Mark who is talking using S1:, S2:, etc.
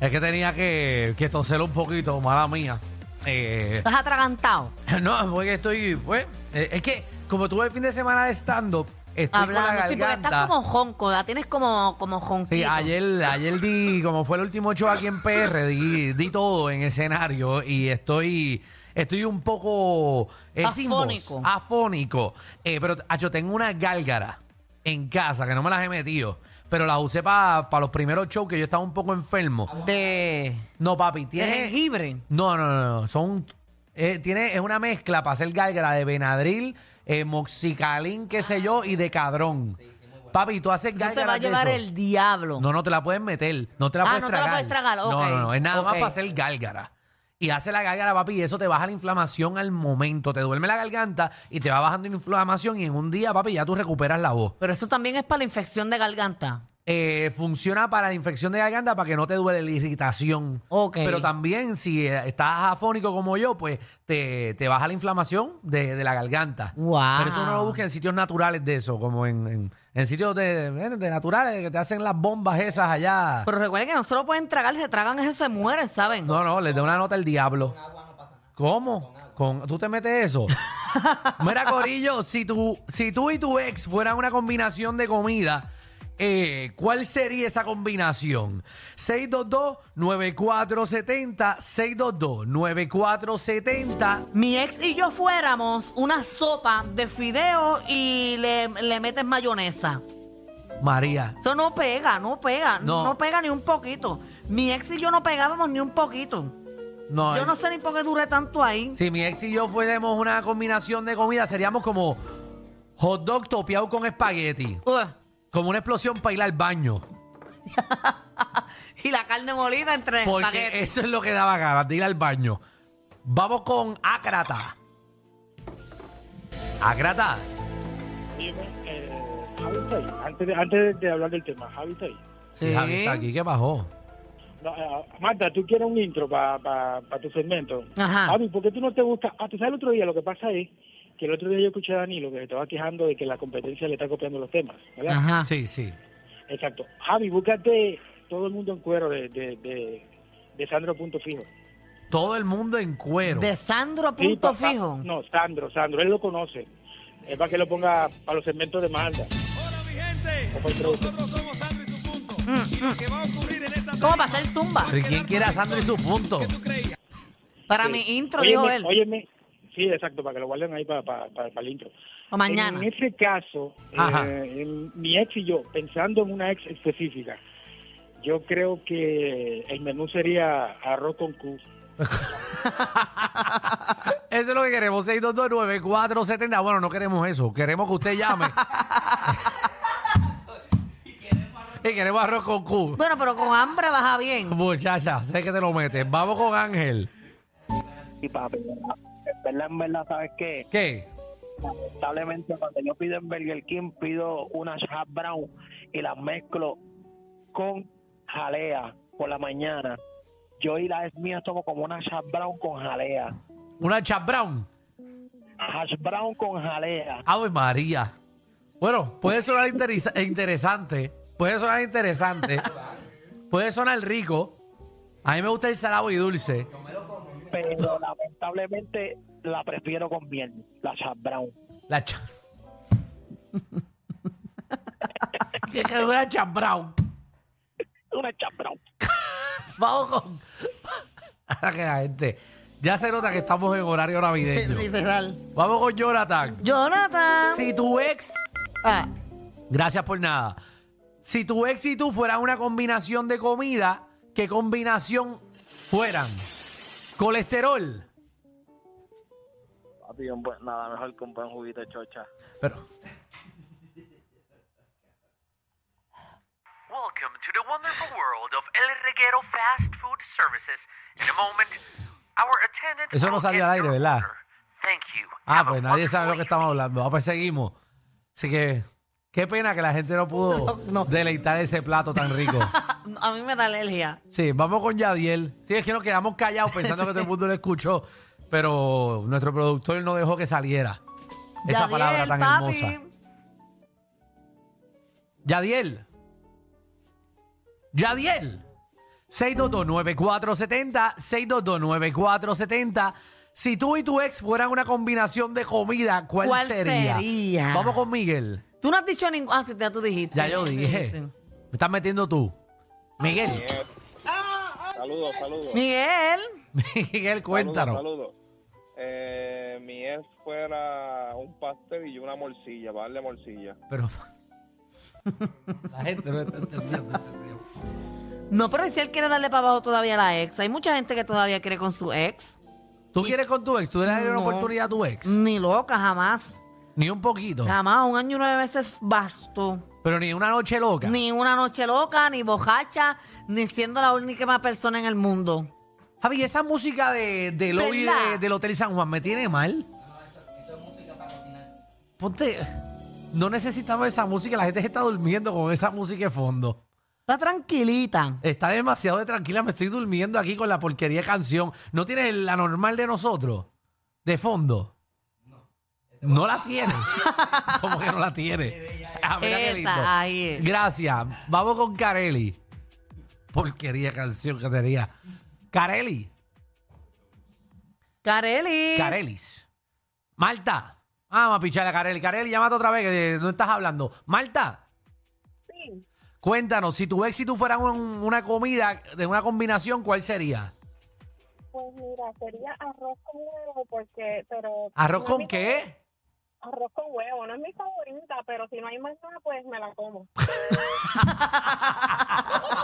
S1: Es que tenía que, que toser un poquito, mala mía. Eh,
S2: Estás atragantado.
S1: no, porque estoy. Pues, eh, es que, como tuve el fin de semana de stand-up, estoy con
S2: Hablando.
S1: la
S2: Sí, porque
S1: garganta.
S2: estás como jonco, la tienes como, como jonquito.
S1: Sí, ayer, ayer di, como fue el último show aquí en PR, di, di todo en escenario y estoy, estoy un poco eh, sin voz,
S2: Afónico.
S1: afónico. Eh, pero yo tengo unas gálgaras en casa que no me las he metido, pero las usé para los primeros shows que yo estaba un poco enfermo.
S2: De,
S1: No, papi,
S2: de
S1: tiene...
S2: jengibre.
S1: No, no, no, no. Son, eh, tiene, es una mezcla para hacer gárgara de Benadryl, eh, Moxicalín, qué sé yo, y de Cadrón. Papi, tú haces
S2: Eso
S1: gárgaras
S2: te va a
S1: de
S2: llevar
S1: eso.
S2: el diablo.
S1: No, no te la puedes meter. No te la
S2: Ah,
S1: puedes
S2: no te la
S1: tragar.
S2: puedes tragar, ok,
S1: No, no, no. Es nada más
S2: ok.
S1: para hacer gárgara. Y hace la gárgara, papi, y eso te baja la inflamación al momento. Te duerme la garganta y te va bajando la inflamación. Y en un día, papi, ya tú recuperas la voz.
S2: Pero eso también es para la infección de garganta.
S1: Eh, funciona para la infección de garganta para que no te duele la irritación.
S2: Ok.
S1: Pero también, si eh, estás afónico como yo, pues te, te baja la inflamación de, de la garganta.
S2: Wow.
S1: Pero eso no lo busques en sitios naturales de eso, como en, en- en sitios de, de naturales que te hacen las bombas esas allá.
S2: Pero recuerden que no se lo pueden tragar, se tragan eso, se mueren, ¿saben?
S1: No, no, les da una nota al diablo. ¿Cómo? Con, ¿Tú te metes eso? Mira, Corillo, si tú, si tú y tu ex fueran una combinación de comida, eh, ¿cuál sería esa combinación? 622-9470, 622-9470.
S2: Mi ex y yo fuéramos una sopa de fideo y le, le metes mayonesa.
S1: María,
S2: Eso no pega, no pega,
S1: No.
S2: no. pega ni un poquito. Mi ex y yo no pegábamos ni un poquito.
S1: no. eh.
S2: Yo no sé ni por qué duré tanto ahí.
S1: Si mi ex y yo fuéramos una combinación de comida, seríamos como hot dog topiado con espagueti.
S2: Ugh.
S1: Como una explosión para ir al baño.
S2: Y la carne molida entre
S1: Porque
S2: espaguetis.
S1: eso es lo que daba ganas de ir al baño. Vamos con Acrata. Acrata.
S3: Dime, eh, Javi está ahí. Antes de, antes de hablar del tema, Javi está ahí.
S2: Sí.
S1: Javi está aquí, ¿qué bajó?
S3: No, eh, Marta, tú quieres un intro para tu segmento.
S2: Ajá.
S3: Javi, ¿por qué tú no te gusta? Ah, tú sabes el otro día, lo que pasa es que el otro día yo escuché a Danilo que se estaba quejando de que la competencia le está copiando los temas, ¿verdad?
S2: Ajá.
S1: Sí, sí.
S3: Exacto. Javi, búscate todo el mundo en cuero de, de, de, de Sandro Punto Fijo.
S1: Todo el mundo en cuero.
S2: De Sandro
S3: Sí,
S2: Punto
S3: pa- pa-
S2: Fijo.
S3: No, Sandro, Sandro, él lo conoce. Es para que lo ponga para los segmentos de Marta.
S4: Hola mi gente,
S3: Como el producto.
S4: nosotros somos Sandro y su punto.
S2: Mm,
S4: Y lo que va a ocurrir en esta
S2: ¿Cómo va a
S4: tarima
S2: ser zumba?
S1: Pero ¿Quién quiere a Sandro y su punto?
S4: que tú creías.
S2: Para
S3: Sí.
S2: mi intro,
S3: Óyeme,
S2: dijo él.
S3: óyeme. sí, exacto, para que lo guarden ahí para, para, para, para el intro.
S2: O mañana.
S3: En ese caso,
S1: Ajá.
S3: eh, en mi ex y yo, pensando en una ex específica, yo creo que el menú sería arroz con cu.
S1: Eso es lo que queremos, 6229470. Bueno, no queremos eso. Queremos que usted llame. y queremos arroz con Q.
S2: Bueno, pero con hambre baja bien.
S1: Muchacha, sé que te lo metes. Vamos con Ángel.
S5: Y papi, en verdad, en verdad, ¿sabes qué?
S1: ¿Qué?
S5: Lamentablemente, cuando yo pido en Burger King, pido una hash brown y las mezclo con jalea por la mañana. Yo y la ex mía somos como una hash brown con jalea.
S1: Una chat brown.
S5: Hash brown con jalea.
S1: Ave María. Bueno, puede sonar interesa- interesante. Puede sonar interesante. puede sonar rico. A mí me gusta el salado y dulce.
S5: Pero lamentablemente la prefiero con miel, la hash brown.
S1: La cha... ¿Qué es una chat brown?
S5: Una hash brown.
S1: Vamos con... Ahora que la gente... Ya se nota que estamos en horario navideño.
S2: Literal.
S1: Vamos con Jonathan.
S2: Jonathan.
S1: Si tu ex...
S2: Ah,
S1: Gracias por nada. Si tu ex y tú fueran una combinación de comida, ¿qué combinación fueran? Colesterol.
S6: Papi, un buen- nada mejor que un buen juguito de chocha.
S1: Pero.
S7: Welcome to the wonderful world of El Reguero Fast Food Services. In a moment, our attendant
S1: Eso no
S7: will
S1: salía
S7: get
S1: al aire,
S7: your
S1: ¿verdad?
S7: order. Thank you.
S1: Ah,
S7: Have a
S1: pues nadie sabe lo que
S7: wonderful
S1: estamos hablando. Ah, pues seguimos. Así que, qué pena que la gente no pudo
S2: No, no.
S1: deleitar ese plato tan rico.
S2: a mí me da alergia.
S1: Sí, vamos con Yadiel. Sí, es que nos quedamos callados pensando que todo el mundo lo escuchó, pero nuestro productor no dejó que saliera esa
S2: Yadiel,
S1: palabra tan
S2: papi.
S1: hermosa. Yadiel. Yadiel. 6229470, 6229470. Si tú y tu ex fueran una combinación de comida, ¿cuál,
S2: ¿Cuál sería?
S1: Vamos con Miguel.
S2: Tú no has dicho ningún. Ah, sí, ya tú dijiste.
S1: Ya yo dije.
S2: Dijiste.
S1: Me estás metiendo tú. Miguel.
S6: Saludos, saludos.
S2: Miguel.
S1: Miguel, cuéntanos.
S6: Saludos. saludos. Eh, mi ex fuera un pastel y yo una morcilla, para darle morcilla.
S1: Pero. La gente no está entendiendo.
S2: No, pero ¿y si él quiere darle para abajo todavía a la ex. Hay mucha gente que todavía quiere con su ex.
S1: ¿Tú quieres con tu ex? ¿Tú le darías una
S2: No. Mm.
S1: oportunidad a tu ex?
S2: Ni loca, jamás.
S1: Ni un poquito.
S2: Jamás. Un año y nueve meses bastó.
S1: Pero ni una noche loca.
S2: Ni una noche loca, ni bojacha, ni siendo la única persona en el mundo.
S1: Javi, esa música de, de lobby
S2: ¿Verdad?
S1: de- del Hotel San Juan me tiene mal. Ponte. No necesitamos esa música, la gente se está durmiendo con esa música de fondo.
S2: Está tranquilita.
S1: Está demasiado de tranquila, me estoy durmiendo aquí con la porquería de canción. ¿No tienes la normal de nosotros? De fondo. No la tiene. ¿Cómo que no la tiene? Ah, mira qué lindo.
S2: Esa, ahí es.
S1: Gracias. Vamos con Carelli. Porquería de canción que tenía. Carelli.
S2: Careli.
S1: Carelis. Marta. Vamos a pichar a Carelli. Carelli, llámate otra vez que eh, no estás hablando. Marta. Cuéntanos, si tu ex y tú fueran un- una comida de una combinación, ¿cuál sería?
S8: Pues mira, sería arroz con huevo, porque, pero...
S1: ¿Arroz
S8: no es
S1: con
S8: mi
S1: qué?
S8: favor- Arroz con huevo, no es mi favorita, pero si no hay más nada, pues me la como.